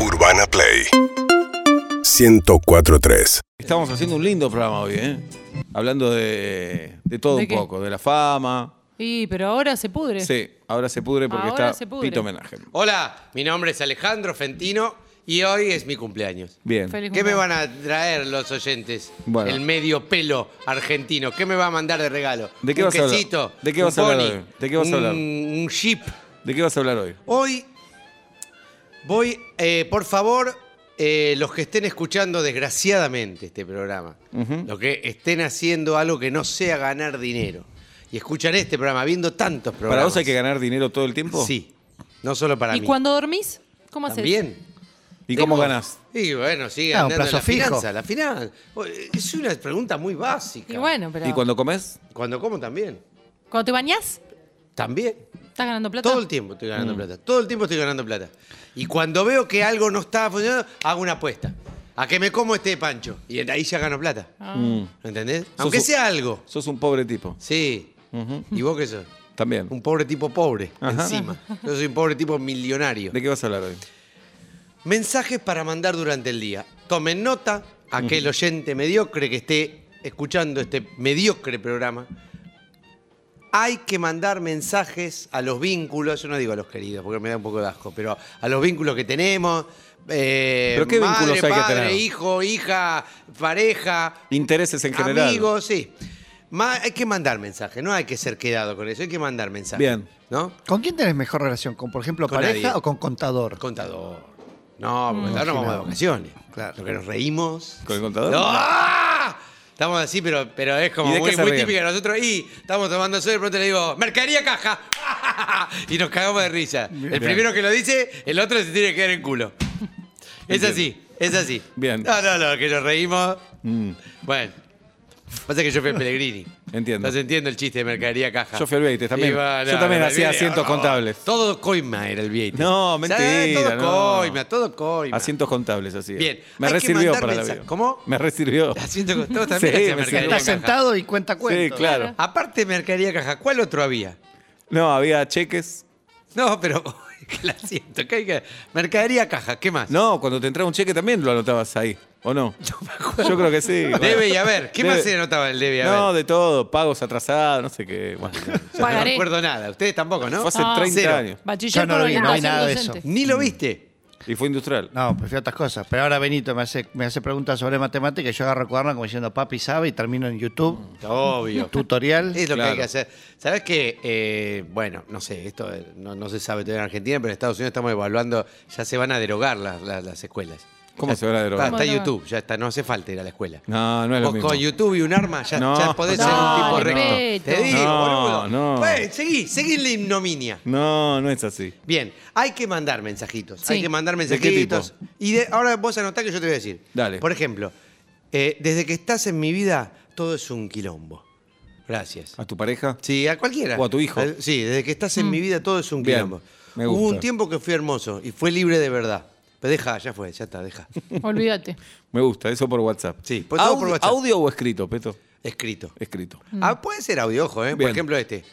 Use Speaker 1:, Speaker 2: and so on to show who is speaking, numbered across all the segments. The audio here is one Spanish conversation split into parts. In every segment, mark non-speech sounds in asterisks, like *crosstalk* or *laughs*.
Speaker 1: Urbana Play 1043.
Speaker 2: Estamos haciendo un lindo programa hoy, ¿eh? Hablando de, de todo
Speaker 3: ¿De
Speaker 2: un
Speaker 3: qué?
Speaker 2: poco, de la fama.
Speaker 3: Y, pero ahora se pudre.
Speaker 2: Sí, ahora se pudre porque
Speaker 3: Ahora
Speaker 2: está
Speaker 3: se pudre.
Speaker 2: Pito Homenaje.
Speaker 4: Hola, mi nombre es Alejandro Fentino y hoy es mi cumpleaños.
Speaker 2: Bien.
Speaker 3: Feliz
Speaker 4: ¿Qué me
Speaker 3: cumpleaños.
Speaker 4: van a traer los oyentes?
Speaker 2: Bueno.
Speaker 4: El medio pelo argentino. ¿Qué me va a mandar de regalo?
Speaker 2: ¿De qué
Speaker 4: un
Speaker 2: vas a hablar?
Speaker 4: quesito,
Speaker 2: ¿De qué
Speaker 4: un
Speaker 2: vas a hablar
Speaker 4: pony,
Speaker 2: hoy? ¿De qué vas a hablar?
Speaker 4: Un, un jeep.
Speaker 2: ¿De qué vas a hablar hoy?
Speaker 4: Hoy voy, eh, por favor, eh, los que estén escuchando desgraciadamente este programa, los que estén haciendo algo que no sea ganar dinero y escuchan este programa, viendo tantos programas.
Speaker 2: ¿Para vos hay que ganar dinero todo el tiempo?
Speaker 4: Sí, no solo para
Speaker 3: ¿Y
Speaker 4: mí.
Speaker 3: cuando dormís? ¿Cómo haces?
Speaker 4: También.
Speaker 2: ¿Y cómo
Speaker 4: Tengo-
Speaker 2: ganás?
Speaker 4: Y bueno, sigue
Speaker 5: Ah, un
Speaker 4: andando
Speaker 5: plazo
Speaker 4: la
Speaker 5: fijo.
Speaker 4: finanza, la finanza. O- Es una pregunta muy básica.
Speaker 3: Y bueno, pero.
Speaker 2: ¿Y cuando comes?
Speaker 4: Cuando como también.
Speaker 3: cuando te bañás,
Speaker 4: También.
Speaker 3: estás ganando plata.
Speaker 4: Todo el tiempo estoy
Speaker 2: Mm.
Speaker 4: ganando plata. Todo el tiempo estoy ganando plata. Y cuando veo que algo no está funcionando, hago una apuesta. A que me como este pancho. Y de ahí ya gano plata. Mm.
Speaker 3: Ah.
Speaker 4: ¿Entendés? Aunque
Speaker 2: un-
Speaker 4: sea algo.
Speaker 2: Sos un pobre tipo.
Speaker 4: Sí. ¿Y vos qué sos?
Speaker 2: También.
Speaker 4: Un pobre tipo pobre,
Speaker 2: Ajá.
Speaker 4: encima. Yo soy un pobre tipo millonario.
Speaker 2: ¿De qué vas a hablar hoy?
Speaker 4: Mensajes para mandar durante el día. Tomen nota aquel oyente mediocre que esté escuchando este mediocre programa. Hay que mandar mensajes a los vínculos, yo no digo a los queridos porque me da un poco de asco, pero a los vínculos que tenemos. eh,
Speaker 2: ¿Pero qué
Speaker 4: madre,
Speaker 2: vínculos hay que
Speaker 4: padre,
Speaker 2: tener?
Speaker 4: hijo, hija, pareja,
Speaker 2: Intereses en general.
Speaker 4: amigos, sí. Ma- hay que mandar mensajes, no hay que ser quedado con eso, hay que mandar mensajes.
Speaker 2: Bien.
Speaker 4: ¿No?
Speaker 5: ¿Con quién tenés mejor relación? ¿Con, por ejemplo,
Speaker 4: Con
Speaker 5: pareja
Speaker 4: nadie.
Speaker 5: o con contador?
Speaker 4: Contador. No, porque contador no vamos de vacaciones. Claro. Lo que nos reímos.
Speaker 2: ¿Con el contador?
Speaker 4: ¡No! ¡Ah! Estamos así, pero, pero es como
Speaker 2: ¿Y de qué
Speaker 4: muy,
Speaker 2: se
Speaker 4: muy
Speaker 2: ríen?
Speaker 4: típico de nosotros. Y estamos tomando sol y de pronto le digo, ¡Mercadería caja! *laughs* y nos cagamos de risa. El primero que lo dice, el otro se tiene que quedar en culo. Es así, es así.
Speaker 2: Bien.
Speaker 4: No, no, no, que nos reímos.
Speaker 2: Mm,
Speaker 4: Bueno. Pasa que yo fui a Pellegrini.
Speaker 2: Entiendo.
Speaker 4: Entonces entiendo el chiste de mercadería caja.
Speaker 2: Yo fui al Vieites también.
Speaker 4: Y
Speaker 2: Yo también hacía
Speaker 4: Vieites,
Speaker 2: asientos
Speaker 4: no.
Speaker 2: contables.
Speaker 4: Todo coima era el Vieites.
Speaker 2: No, mentira,
Speaker 4: Todo
Speaker 2: no.
Speaker 4: coima, todo coima.
Speaker 2: Asientos contables, así. es.
Speaker 4: Bien.
Speaker 2: Me
Speaker 4: Hay que
Speaker 2: resirvió
Speaker 4: mandar
Speaker 2: para la
Speaker 4: mensaje.
Speaker 2: vida.
Speaker 4: ¿Cómo?
Speaker 2: Me resirvió.
Speaker 4: *laughs* Asiento con todo
Speaker 2: Sí,
Speaker 4: también hacía
Speaker 2: me
Speaker 4: mercadería
Speaker 2: senté.
Speaker 5: Está
Speaker 4: caja.
Speaker 5: sentado y cuenta
Speaker 2: Sí,
Speaker 5: cuentos.
Speaker 2: claro.
Speaker 4: Aparte de mercadería caja, ¿cuál otro había?
Speaker 2: No, había cheques.
Speaker 4: No, pero *laughs* el asiento. ¿qué hay que- Mercadería caja, ¿qué más?
Speaker 2: No, cuando te entraba un cheque también lo anotabas ahí, ¿o
Speaker 4: *laughs*
Speaker 2: no? Yo creo que sí.
Speaker 4: Debe y haber. ¿Qué más
Speaker 2: Debe-
Speaker 4: se notaba el debe y haber?
Speaker 2: No, de todo, pagos atrasados, no sé qué.
Speaker 4: *laughs*
Speaker 2: Bueno,
Speaker 4: Yo no
Speaker 3: Pagaré.
Speaker 4: recuerdo nada. Ustedes tampoco, ¿no?
Speaker 2: Fue hace
Speaker 3: Ah.
Speaker 2: 30
Speaker 4: Cero.
Speaker 2: años
Speaker 3: Bachiller
Speaker 5: Yo no
Speaker 3: por
Speaker 5: lo vi, no vi
Speaker 3: orientación
Speaker 5: nada de
Speaker 3: docente.
Speaker 4: Ni lo viste.
Speaker 2: y fue industrial.
Speaker 5: No, prefiero otras cosas. Pero ahora Benito me hace, me hace preguntas sobre matemática y yo agarro el cuaderno como diciendo papi sabe y termino en YouTube.
Speaker 4: Mm.
Speaker 2: *laughs*
Speaker 4: Obvio.
Speaker 5: Tutorial.
Speaker 4: Es lo
Speaker 2: Claro.
Speaker 4: que hay que hacer. ¿Sabes que bueno, no sé, esto eh, no, no se sabe todavía en Argentina, pero en Estados Unidos estamos evaluando, ya se van a derogar las, las- las escuelas.
Speaker 2: ¿Cómo
Speaker 4: Ya
Speaker 2: se van a derogar?
Speaker 4: Está,
Speaker 3: ¿Cómo
Speaker 4: está
Speaker 3: derogar?
Speaker 4: YouTube, ya está, no hace falta ir a la escuela.
Speaker 2: No, no es lo
Speaker 4: Vos
Speaker 2: mismo.
Speaker 4: con YouTube y un arma ya,
Speaker 2: No.
Speaker 4: ya podés
Speaker 2: No,
Speaker 4: ser un tipo
Speaker 2: no.
Speaker 4: recto. Te digo,
Speaker 2: No,
Speaker 4: boludo.
Speaker 2: no.
Speaker 4: Bueno, seguí, seguí en la ignominia.
Speaker 2: No, no es así.
Speaker 4: Bien, hay que mandar mensajitos.
Speaker 3: Sí.
Speaker 4: Hay que mandar
Speaker 2: ¿De qué tipo?
Speaker 4: mensajitos. Y de- ahora vos anotá que yo te voy a decir.
Speaker 2: Dale.
Speaker 4: Por ejemplo, eh, desde que estás en mi vida, todo es un quilombo. Gracias.
Speaker 2: ¿A tu pareja?
Speaker 4: Sí, a cualquiera.
Speaker 2: Ah. O a tu hijo.
Speaker 4: Al- Sí, desde que estás en mi vida todo es un
Speaker 2: Bien,
Speaker 4: quilombo.
Speaker 2: me
Speaker 4: Hubo
Speaker 2: gusta.
Speaker 4: un tiempo que fui hermoso y fue libre de verdad. Pero deja, ya fue, ya
Speaker 2: *laughs*
Speaker 4: está, deja.
Speaker 3: Olvídate.
Speaker 2: Me gusta, eso por WhatsApp.
Speaker 4: Sí, pues todo
Speaker 2: Audi-
Speaker 4: por WhatsApp.
Speaker 2: ¿Audio o escrito, Peto?
Speaker 4: Escrito.
Speaker 2: Escrito.
Speaker 3: Mm.
Speaker 4: Ah, puede ser audio, ojo, ¿eh? Por
Speaker 2: Bien.
Speaker 4: ejemplo, este.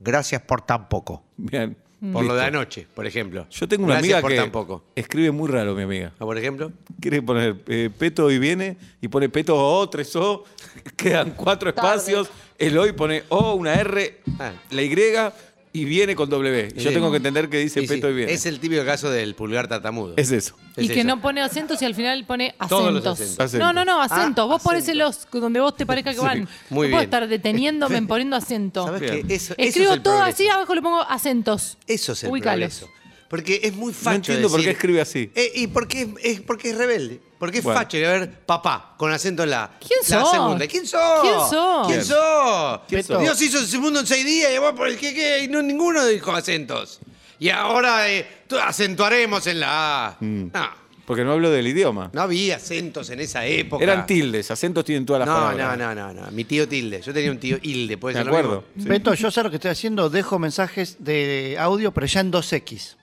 Speaker 4: Gracias por tan poco.
Speaker 2: Bien.
Speaker 4: Mm. Por
Speaker 2: Listo.
Speaker 4: lo de anoche, por ejemplo.
Speaker 2: Yo tengo una
Speaker 4: Gracias
Speaker 2: amiga que
Speaker 4: por tan poco.
Speaker 2: escribe muy raro, mi amiga.
Speaker 4: ¿O por ejemplo?
Speaker 2: Quiere poner eh, Peto y viene y pone Peto O, 3 O, *laughs* quedan cuatro espacios, el hoy pone O, una R,
Speaker 4: Ah.
Speaker 2: la Y y viene con W. Y yo
Speaker 4: Sí.
Speaker 2: tengo que entender que dice
Speaker 4: Sí, sí.
Speaker 2: Peto y viene.
Speaker 4: Es el típico caso del pulgar tartamudo.
Speaker 2: Es eso.
Speaker 4: *laughs* Es
Speaker 3: y que
Speaker 4: eso.
Speaker 3: no pone acentos y al final pone
Speaker 4: Todos los
Speaker 3: acentos.
Speaker 4: acentos.
Speaker 2: Acentos.
Speaker 3: No, no, no, acentos.
Speaker 4: Ah,
Speaker 3: vos ponéselos donde vos te parezca que van.
Speaker 4: Muy
Speaker 3: no puedo
Speaker 4: bien.
Speaker 3: estar deteniéndome
Speaker 4: *laughs*
Speaker 3: en poniendo acento.
Speaker 4: ¿Sabes
Speaker 2: Bien.
Speaker 4: qué? Eso, eso
Speaker 3: Escribo
Speaker 4: es el
Speaker 3: todo
Speaker 4: progreso.
Speaker 3: así, abajo le pongo acentos.
Speaker 4: Eso es el
Speaker 3: Ubicalos.
Speaker 4: progreso. Porque es muy facho.
Speaker 2: entiendo por qué
Speaker 4: decir-
Speaker 2: escribe así.
Speaker 4: Eh, y porque es, es- porque es rebelde. Porque es
Speaker 2: Bueno.
Speaker 4: facho. Y a ver, papá, con acento en la.
Speaker 3: ¿Quién
Speaker 4: La
Speaker 3: sos?
Speaker 4: segunda. ¿Quién sos?
Speaker 3: ¿Quién sos?
Speaker 4: ¿Quién
Speaker 2: Bien.
Speaker 4: sos?
Speaker 5: ¿Quién sos?
Speaker 4: Dios hizo el mundo en seis días y vos por el que, que- y no, ninguno dijo acentos. Y ahora eh, tú- acentuaremos en la A.
Speaker 2: Mm.
Speaker 4: No,
Speaker 2: Porque no hablo del idioma.
Speaker 4: no había acentos en esa época.
Speaker 2: Eran tildes, acentos tienen todas las
Speaker 4: No,
Speaker 2: palabras.
Speaker 4: no, no, no, no. Mi tío Tilde. Yo tenía un tío Hilde, ¿puede
Speaker 2: De
Speaker 4: ser lo
Speaker 2: acuerdo.
Speaker 4: mismo?
Speaker 2: Sí.
Speaker 5: Beto, yo sé lo que estoy haciendo, dejo mensajes de audio, pero ya en 2X.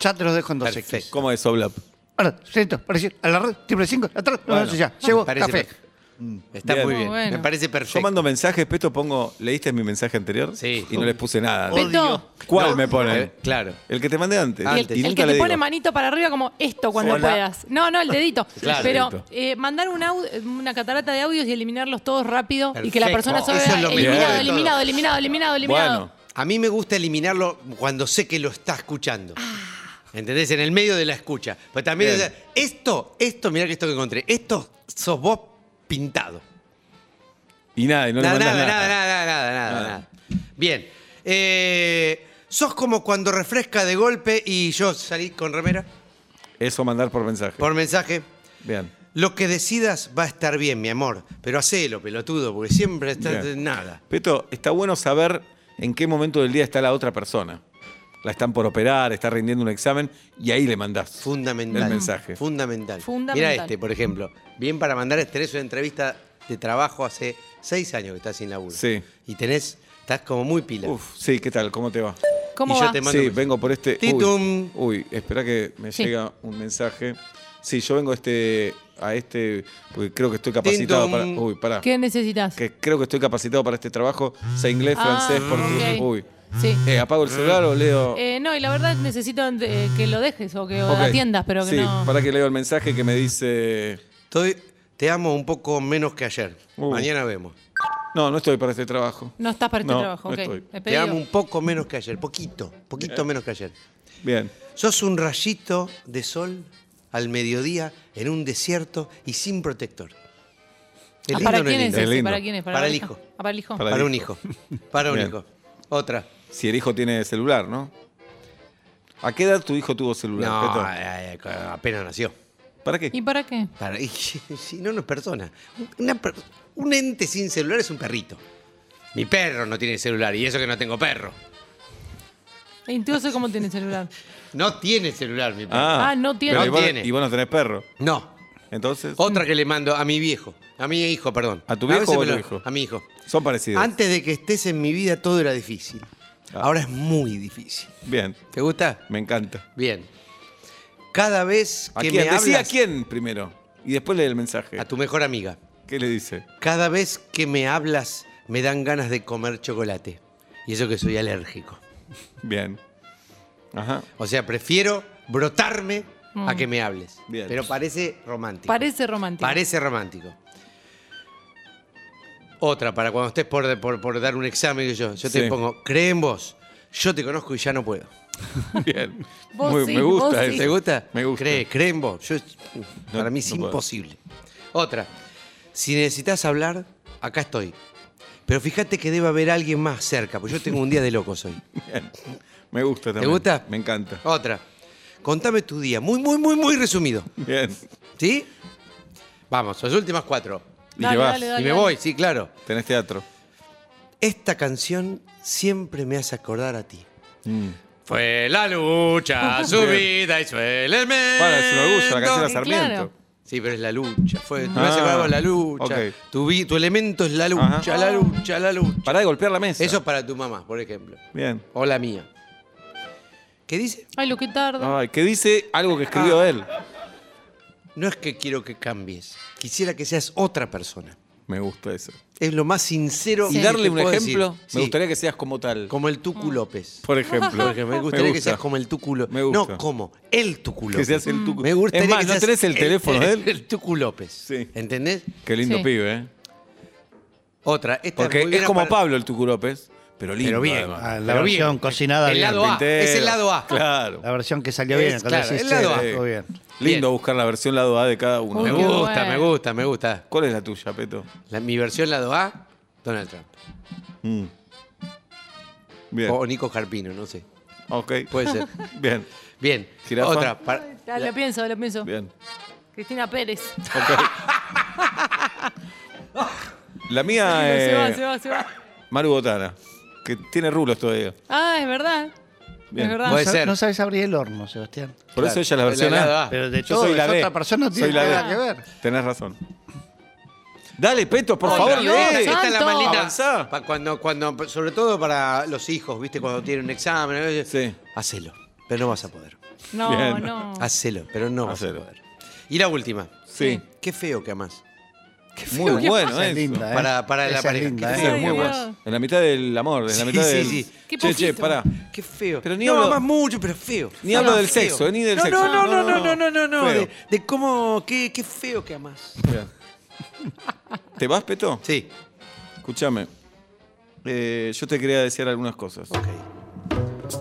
Speaker 5: Ya te los dejo en 2X.
Speaker 4: Perfecto.
Speaker 2: ¿Cómo es Oblap?
Speaker 5: Ahora, siento, parece, a la red, triple 5, atrás, no,
Speaker 4: Bueno,
Speaker 5: no sé ya. Llego,
Speaker 4: parece
Speaker 5: café.
Speaker 4: perfecto. Está
Speaker 2: Bien.
Speaker 4: muy bien.
Speaker 3: Muy bueno.
Speaker 4: Me parece
Speaker 2: Yo
Speaker 4: perfecto.
Speaker 2: mando mensajes, Peto, pongo, ¿leíste mi mensaje anterior?
Speaker 4: Sí.
Speaker 2: Y no les puse nada.
Speaker 5: Odio.
Speaker 3: Peto.
Speaker 2: ¿Cuál
Speaker 4: No,
Speaker 2: me ponen?
Speaker 4: eh, claro.
Speaker 2: El que te mandé antes.
Speaker 3: Y
Speaker 4: Antes.
Speaker 2: Y
Speaker 3: el, el
Speaker 2: nunca
Speaker 3: que
Speaker 2: le
Speaker 3: te
Speaker 2: digo.
Speaker 3: pone manito para arriba como esto cuando
Speaker 2: Hola.
Speaker 3: puedas. No, no, el dedito.
Speaker 4: *laughs* Claro,
Speaker 3: Pero
Speaker 2: el dedito.
Speaker 3: eh, mandar un au- una catarata de audios y eliminarlos todos rápido y que la
Speaker 4: Perfecto.
Speaker 3: persona solo
Speaker 4: Eso es lo
Speaker 3: vea,
Speaker 4: mejor
Speaker 3: eliminado,
Speaker 4: de todo.
Speaker 3: eliminado, eliminado, eliminado, eliminado.
Speaker 2: Bueno,
Speaker 4: A mí me gusta eliminarlo cuando sé que lo está escuchando. ¿Entendés? En el medio de la escucha. Pues también
Speaker 2: Bien.
Speaker 4: es- esto, esto, mirá que esto que encontré. Esto sos vos pintado.
Speaker 2: y nada, y no
Speaker 4: nada,
Speaker 2: le
Speaker 4: nada,
Speaker 2: mandas
Speaker 4: nada,
Speaker 2: nada.
Speaker 4: nada, nada, nada,
Speaker 2: Nada.
Speaker 4: nada. Bien. Eh, sos como cuando refresca de golpe y yo salí con remera
Speaker 2: Eso mandar por mensaje.
Speaker 4: por mensaje.
Speaker 2: Bien.
Speaker 4: Lo que decidas va a estar bien, mi amor. Pero hacelo, pelotudo, porque siempre estás
Speaker 2: Bien.
Speaker 4: nada.
Speaker 2: Peto, está bueno saber en qué momento del día está la otra persona. La están por operar, está rindiendo un examen y ahí le mandás.
Speaker 4: Fundamental.
Speaker 2: El mensaje.
Speaker 4: Fundamental.
Speaker 3: Fundamental.
Speaker 4: Mira este, por ejemplo. Bien para mandar, tenés una entrevista de trabajo hace seis años que estás sin laburo.
Speaker 2: Sí.
Speaker 4: Y tenés, estás como muy pila.
Speaker 2: Uf, sí, ¿qué tal? ¿Cómo te va?
Speaker 3: ¿Cómo
Speaker 4: Y yo
Speaker 3: va?
Speaker 4: te mando
Speaker 2: Sí,
Speaker 4: un-
Speaker 2: vengo por este.
Speaker 4: Titum.
Speaker 2: Uy, uy, espera que me
Speaker 3: Sí.
Speaker 2: llega un mensaje. Sí, yo vengo a este, a este, porque creo que estoy capacitado
Speaker 4: Titum.
Speaker 2: para. Uy, pará.
Speaker 3: ¿Qué necesitas?
Speaker 2: Que creo que estoy capacitado para este trabajo. Sé inglés,
Speaker 3: Ah,
Speaker 2: francés, portugués.
Speaker 3: ok.
Speaker 2: Uy.
Speaker 3: Sí.
Speaker 2: Eh, ¿Apago el celular o leo?
Speaker 3: Eh, no, y la verdad necesito eh, que lo dejes o que
Speaker 2: Ok.
Speaker 3: atiendas, pero que
Speaker 2: sí,
Speaker 3: no.
Speaker 2: para que leo el mensaje que me dice.
Speaker 4: Estoy, te amo un poco menos que ayer.
Speaker 2: Uh.
Speaker 4: Mañana vemos.
Speaker 2: No, no estoy para este trabajo.
Speaker 3: No estás para este
Speaker 2: No,
Speaker 3: trabajo,
Speaker 2: no
Speaker 3: ok.
Speaker 2: estoy.
Speaker 3: He
Speaker 4: Te
Speaker 3: pedido.
Speaker 4: amo un poco menos que ayer. Poquito,
Speaker 2: Eh.
Speaker 4: poquito menos que ayer.
Speaker 2: Bien.
Speaker 4: Sos un rayito de sol al mediodía en un desierto y sin protector. Es
Speaker 3: Ah,
Speaker 4: lindo o
Speaker 3: ¿Para
Speaker 4: no es
Speaker 3: quién es
Speaker 4: lindo?
Speaker 2: Es
Speaker 3: ese?
Speaker 2: lindo.
Speaker 3: ¿Para quién es?
Speaker 4: Para
Speaker 3: la
Speaker 4: el
Speaker 3: hija?
Speaker 4: hijo.
Speaker 3: Ah, para el hijo.
Speaker 2: Eh, Para-
Speaker 4: Para
Speaker 2: el
Speaker 4: un hijo. Para un
Speaker 2: Bien.
Speaker 4: hijo. Otra.
Speaker 2: Si el hijo tiene celular, ¿no? ¿A qué edad tu hijo tuvo celular?
Speaker 4: No,
Speaker 2: Peto?
Speaker 4: eh, eh, apenas nació.
Speaker 2: ¿Para qué?
Speaker 3: ¿Y para qué?
Speaker 4: Para- y *laughs* si no, no es persona. Una per- un ente sin celular es un perrito. Mi perro no tiene celular y eso que no tengo perro.
Speaker 3: Entonces, ¿cómo tiene
Speaker 4: *laughs*
Speaker 3: celular?
Speaker 4: No tiene celular mi perro.
Speaker 3: Ah, no tiene.
Speaker 2: Pero
Speaker 4: No
Speaker 2: y, vos,
Speaker 4: tiene.
Speaker 2: y vos no tenés perro.
Speaker 4: No.
Speaker 2: Entonces,
Speaker 4: Otra que le mando a mi viejo. A mi hijo, perdón.
Speaker 2: ¿A tu
Speaker 4: veces
Speaker 2: viejo o
Speaker 4: me
Speaker 2: a tu
Speaker 4: lo-
Speaker 2: hijo?
Speaker 4: A mi hijo.
Speaker 2: son parecidos.
Speaker 4: Antes de que estés en mi vida todo era difícil.
Speaker 2: Ah.
Speaker 4: Ahora es muy difícil.
Speaker 2: Bien,
Speaker 4: ¿Te gusta?
Speaker 2: me encanta.
Speaker 4: Bien. Cada vez
Speaker 2: ¿A
Speaker 4: que
Speaker 2: quién?
Speaker 4: me
Speaker 2: Decí
Speaker 4: hablas
Speaker 2: a quién primero. Y después lee el mensaje.
Speaker 4: a tu mejor amiga.
Speaker 2: ¿Qué le dice?
Speaker 4: Cada vez que me hablas me dan ganas de comer chocolate. Y eso que soy alérgico.
Speaker 2: Bien.
Speaker 4: *laughs*
Speaker 2: Ajá.
Speaker 4: O sea, prefiero brotarme a que me hables.
Speaker 2: Bien.
Speaker 4: Pero parece romántico.
Speaker 3: Mm. Parece romántico.
Speaker 4: Parece romántico. Otra, para cuando estés por, por- por dar un examen, que yo, yo te
Speaker 2: Sí.
Speaker 4: pongo, cree en vos, yo te conozco y ya no puedo.
Speaker 2: Bien.
Speaker 3: Vos
Speaker 2: Muy-
Speaker 3: sí,
Speaker 2: me gusta
Speaker 3: vos sí.
Speaker 2: ese.
Speaker 4: ¿Te gusta?
Speaker 2: Me gusta.
Speaker 4: Cree, cree en vos. Yo- para mí es
Speaker 2: no puedo.
Speaker 4: imposible. Otra, si necesitas hablar, acá estoy. Pero fíjate que debe haber alguien más cerca, porque yo tengo un día de
Speaker 2: *laughs*
Speaker 4: locos hoy.
Speaker 2: Bien. Me gusta también.
Speaker 4: ¿Te gusta?
Speaker 2: Me encanta.
Speaker 4: Otra, contame tu día, muy, muy, muy, muy resumido.
Speaker 2: Bien.
Speaker 4: ¿Sí? Vamos, las últimas cuatro.
Speaker 2: Y
Speaker 3: Dale,
Speaker 2: te vas.
Speaker 3: dale,
Speaker 4: Y
Speaker 3: dale.
Speaker 4: me voy, sí, claro.
Speaker 2: Tenés teatro.
Speaker 4: Esta canción siempre me hace acordar a ti.
Speaker 2: Mm.
Speaker 4: Fue
Speaker 2: *laughs*
Speaker 4: la lucha, su vida y suele el
Speaker 2: Bueno, es un orgullo, la canción
Speaker 4: mento.
Speaker 2: de Sarmiento.
Speaker 3: claro.
Speaker 4: Sí, pero es la lucha. Fue, Me
Speaker 2: Ah,
Speaker 4: hace acordar a la lucha.
Speaker 2: ok.
Speaker 4: Tu, vi- tu elemento es la lucha,
Speaker 2: Ajá.
Speaker 4: la lucha, la lucha.
Speaker 2: Pará de golpear la mesa.
Speaker 4: Eso es para tu mamá, por ejemplo.
Speaker 2: Bien.
Speaker 4: O la mía. ¿Qué dice?
Speaker 3: Ay, lo que tarda.
Speaker 2: Ay, que dice algo que escribió
Speaker 4: Ah.
Speaker 2: él.
Speaker 4: No es que quiero que cambies. Quisiera que seas otra persona.
Speaker 2: Me gusta eso.
Speaker 4: Es lo más sincero.
Speaker 2: Y
Speaker 4: que
Speaker 2: darle
Speaker 4: te
Speaker 2: un
Speaker 4: puedo
Speaker 2: ejemplo,
Speaker 4: decir.
Speaker 2: me
Speaker 4: Sí,
Speaker 2: gustaría que seas como tal.
Speaker 4: Como el Tucu
Speaker 3: Mm.
Speaker 4: López.
Speaker 2: Por ejemplo.
Speaker 4: Porque me gustaría que seas como el Tucu
Speaker 2: Me
Speaker 4: López.
Speaker 2: gusta.
Speaker 4: No, como el Tucu López.
Speaker 2: Que seas el Tucu.
Speaker 4: Me gustaría
Speaker 2: Es más,
Speaker 4: que
Speaker 2: ¿no
Speaker 4: seas
Speaker 2: tenés el teléfono de él?
Speaker 4: *laughs* El Tucu López.
Speaker 2: Sí.
Speaker 4: ¿Entendés?
Speaker 2: Qué lindo
Speaker 3: Sí.
Speaker 2: pibe, ¿eh?
Speaker 4: Otra. Esta
Speaker 2: Porque
Speaker 4: muy
Speaker 2: es
Speaker 4: buena
Speaker 2: como
Speaker 4: para-
Speaker 2: Pablo el Tucu López, pero lindo.
Speaker 4: Pero bien.
Speaker 2: además.
Speaker 5: Ah, la
Speaker 4: pero
Speaker 5: versión
Speaker 4: bien.
Speaker 5: cocinada
Speaker 4: El
Speaker 5: bien.
Speaker 4: lado A.
Speaker 2: Pintero.
Speaker 4: Es el lado A.
Speaker 2: Claro.
Speaker 5: La versión que salió
Speaker 4: Es,
Speaker 5: bien. cuando
Speaker 4: claro,
Speaker 5: decís,
Speaker 4: el lado
Speaker 5: "Sí,
Speaker 4: A".
Speaker 5: estuvo bien.
Speaker 2: Lindo
Speaker 4: Bien.
Speaker 2: buscar la versión lado A de cada uno.
Speaker 3: Uy,
Speaker 4: Me
Speaker 3: Qué
Speaker 4: gusta,
Speaker 3: bueno.
Speaker 4: me gusta, me gusta.
Speaker 2: ¿Cuál es la tuya, Peto?
Speaker 4: La- mi versión lado A, Donald Trump.
Speaker 2: Bien.
Speaker 4: O Nico Carpino, no sé.
Speaker 2: ok.
Speaker 4: Puede
Speaker 5: Pues.
Speaker 4: ser.
Speaker 2: Bien.
Speaker 4: Bien.
Speaker 2: Jirafa.
Speaker 4: Otra. para-
Speaker 3: Ya, lo pienso, lo pienso.
Speaker 2: Bien.
Speaker 3: Cristina Pérez.
Speaker 2: La mía
Speaker 3: *laughs* Se va,
Speaker 2: eh,
Speaker 3: se va, se va.
Speaker 2: Maru Botana, que tiene rulos todavía.
Speaker 3: Ah, es verdad.
Speaker 2: Bien.
Speaker 3: Es verdad.
Speaker 4: Puede
Speaker 5: No sa-
Speaker 4: ser.
Speaker 5: No sabes abrir el horno, Sebastián.
Speaker 2: Por
Speaker 4: Claro.
Speaker 2: eso ella es la versión
Speaker 4: lado
Speaker 2: A.
Speaker 4: A.
Speaker 5: Pero de
Speaker 2: Yo
Speaker 5: todo,
Speaker 2: soy la
Speaker 5: es
Speaker 2: B.
Speaker 5: otra persona no
Speaker 2: Soy
Speaker 5: tiene
Speaker 2: la
Speaker 5: nada
Speaker 2: B.
Speaker 5: que ver.
Speaker 2: Tenés razón. Dale, Peto, por
Speaker 3: Ay,
Speaker 2: favor,
Speaker 3: Dios,
Speaker 2: lee.
Speaker 4: Esta es la más
Speaker 3: santo.
Speaker 4: linda.
Speaker 2: Avanzá.
Speaker 4: Pa- Cuando, cuando, sobre todo para los hijos, ¿viste? Cuando tienen un examen. ¿eh?
Speaker 2: Sí.
Speaker 4: Hacelo, pero no vas a poder.
Speaker 3: No,
Speaker 2: Bien.
Speaker 3: no.
Speaker 4: Hacelo, pero no vas
Speaker 2: Hacelo.
Speaker 4: a poder. Y la última.
Speaker 2: Sí.
Speaker 4: Qué feo que amás.
Speaker 2: Muy
Speaker 3: feo que
Speaker 2: bueno
Speaker 5: Esa es
Speaker 2: eso.
Speaker 5: linda, ¿eh?
Speaker 4: Para- para la
Speaker 5: Esa es
Speaker 4: pareja.
Speaker 5: linda,
Speaker 2: Sí,
Speaker 5: ¿eh?
Speaker 3: Ay,
Speaker 2: muy
Speaker 3: Dios.
Speaker 2: bueno. En la mitad del amor, en la
Speaker 4: Sí,
Speaker 2: mitad
Speaker 4: sí,
Speaker 2: del...
Speaker 4: sí.
Speaker 3: Qué
Speaker 2: Che, che,
Speaker 3: poquito.
Speaker 2: pará.
Speaker 4: Qué feo.
Speaker 2: Pero ni
Speaker 4: no,
Speaker 2: hablo-
Speaker 4: más mucho, pero feo.
Speaker 2: Ni
Speaker 4: No,
Speaker 2: hablo
Speaker 4: más
Speaker 2: del
Speaker 4: feo.
Speaker 2: sexo, eh, ni del
Speaker 4: No,
Speaker 2: sexo.
Speaker 4: No, no, no, no, no, no, no.
Speaker 2: Feo.
Speaker 4: De, de cómo, qué, qué feo que amás.
Speaker 2: Bien. ¿Te vas, Peto?
Speaker 4: Sí,
Speaker 2: Escúchame. Eh, yo te quería decir algunas cosas.
Speaker 4: ok.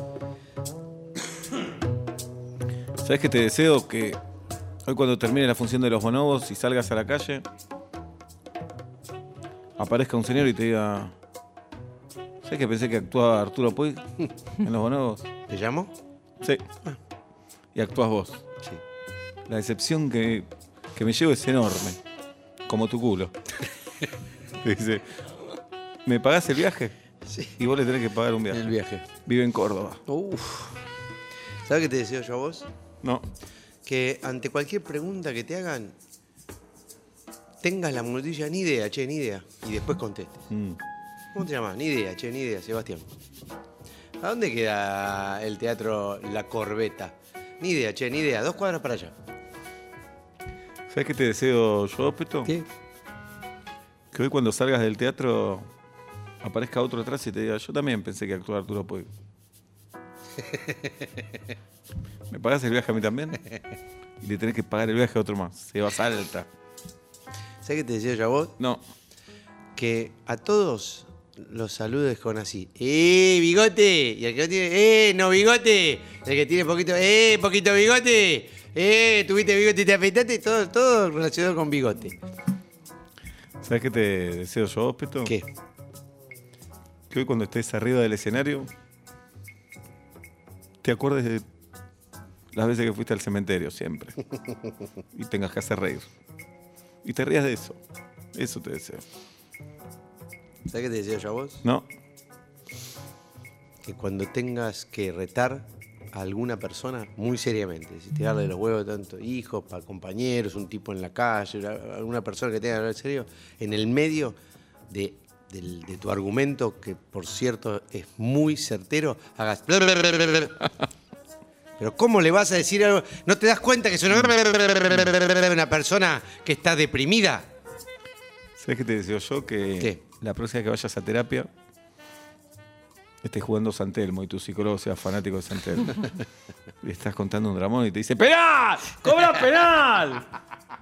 Speaker 2: ¿Sabes que te deseo que hoy cuando termine la función de los bonobos y salgas a la calle, aparezca un señor y te diga, ¿sabes que pensé que actuaba Arturo Puig en los bonobos?
Speaker 4: ¿Te llamo?
Speaker 2: Sí. Y actúas vos.
Speaker 4: Sí.
Speaker 2: La decepción que, que me llevo es enorme, como tu
Speaker 4: *laughs*
Speaker 2: culo. Te dice, ¿me pagás el viaje?
Speaker 4: Sí.
Speaker 2: Y vos le tenés que pagar un
Speaker 4: El
Speaker 2: viaje.
Speaker 4: viaje.
Speaker 2: Vive en Córdoba.
Speaker 4: Uf. ¿Sabes qué te deseo yo a vos?
Speaker 2: No.
Speaker 4: Que ante cualquier pregunta que te hagan, tengas la multilla, ni idea, che, ni idea. Y después contestes.
Speaker 2: Mm.
Speaker 4: ¿Cómo te llamas? Ni idea, che, ni idea, Sebastián. ¿A dónde queda el teatro La Corbeta? Ni idea, che, ni idea. Dos cuadras para allá.
Speaker 2: ¿Sabes qué te deseo yo, Peto? Que hoy cuando salgas del teatro aparezca otro atrás y te diga, yo también pensé que actuaba Arturo
Speaker 4: *laughs*
Speaker 2: Puig. ¿Me pagás el viaje a mí también? Y le tenés que pagar el viaje a otro más. Se va salta.
Speaker 4: ¿Sabes qué te decía yo a vos?
Speaker 2: No.
Speaker 4: Que a todos los saludes con así. ¡Eh, bigote! Y al que no tiene. ¡Eh, no bigote! Y al que tiene poquito. ¡Eh, poquito bigote! ¡Eh, tuviste bigote y te afeitaste! Todo, todo relacionado con bigote.
Speaker 2: ¿Sabes qué te deseo yo, Peto?
Speaker 4: ¿Qué?
Speaker 2: Que hoy cuando estés arriba del escenario te acuerdes de las veces que fuiste al cementerio *laughs* siempre. Y tengas que hacer reír. Y te rías de eso. Eso te deseo.
Speaker 4: ¿Sabes qué te decía yo a vos?
Speaker 2: No.
Speaker 4: que cuando tengas que retar a alguna persona muy seriamente, si tirarle los huevos tanto hijos, pa- compañeros, un tipo en la calle, una- alguna persona que tenga que hablar en serio, en el medio de, del- de tu argumento, que por cierto es muy certero, hagas... Pero ¿cómo le vas a decir algo? ¿No te das cuenta que es una, una persona que está deprimida?
Speaker 2: ¿Sabes qué te deseo yo? Que
Speaker 4: ¿Qué?
Speaker 2: la próxima que vayas a terapia estés jugando San Telmo y tu psicólogo sea fanático de San Telmo. *laughs* Le estás contando un dramón y te dice ¡Penal! ¡Cobra penal!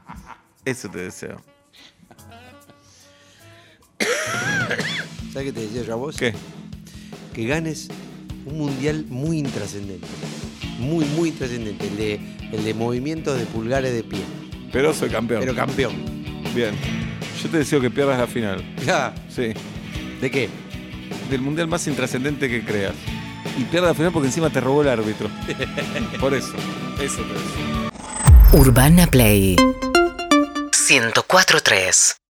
Speaker 2: *laughs* Eso te deseo.
Speaker 4: ¿Sabes qué te decía yo a vos?
Speaker 2: ¿Qué?
Speaker 4: que ganes un mundial muy intrascendente. Muy, muy intrascendente. El de, el de movimientos de pulgares de pie.
Speaker 2: Pero soy campeón.
Speaker 4: Pero campeón. *laughs*
Speaker 2: Bien. Yo te deseo que pierdas la final.
Speaker 4: Ya,
Speaker 2: Sí.
Speaker 4: ¿De qué?
Speaker 2: Del mundial más intrascendente que creas. Y pierdas la final porque encima te robó el árbitro. *laughs* Por eso. Eso te deseo.
Speaker 1: Urbana Play 104.3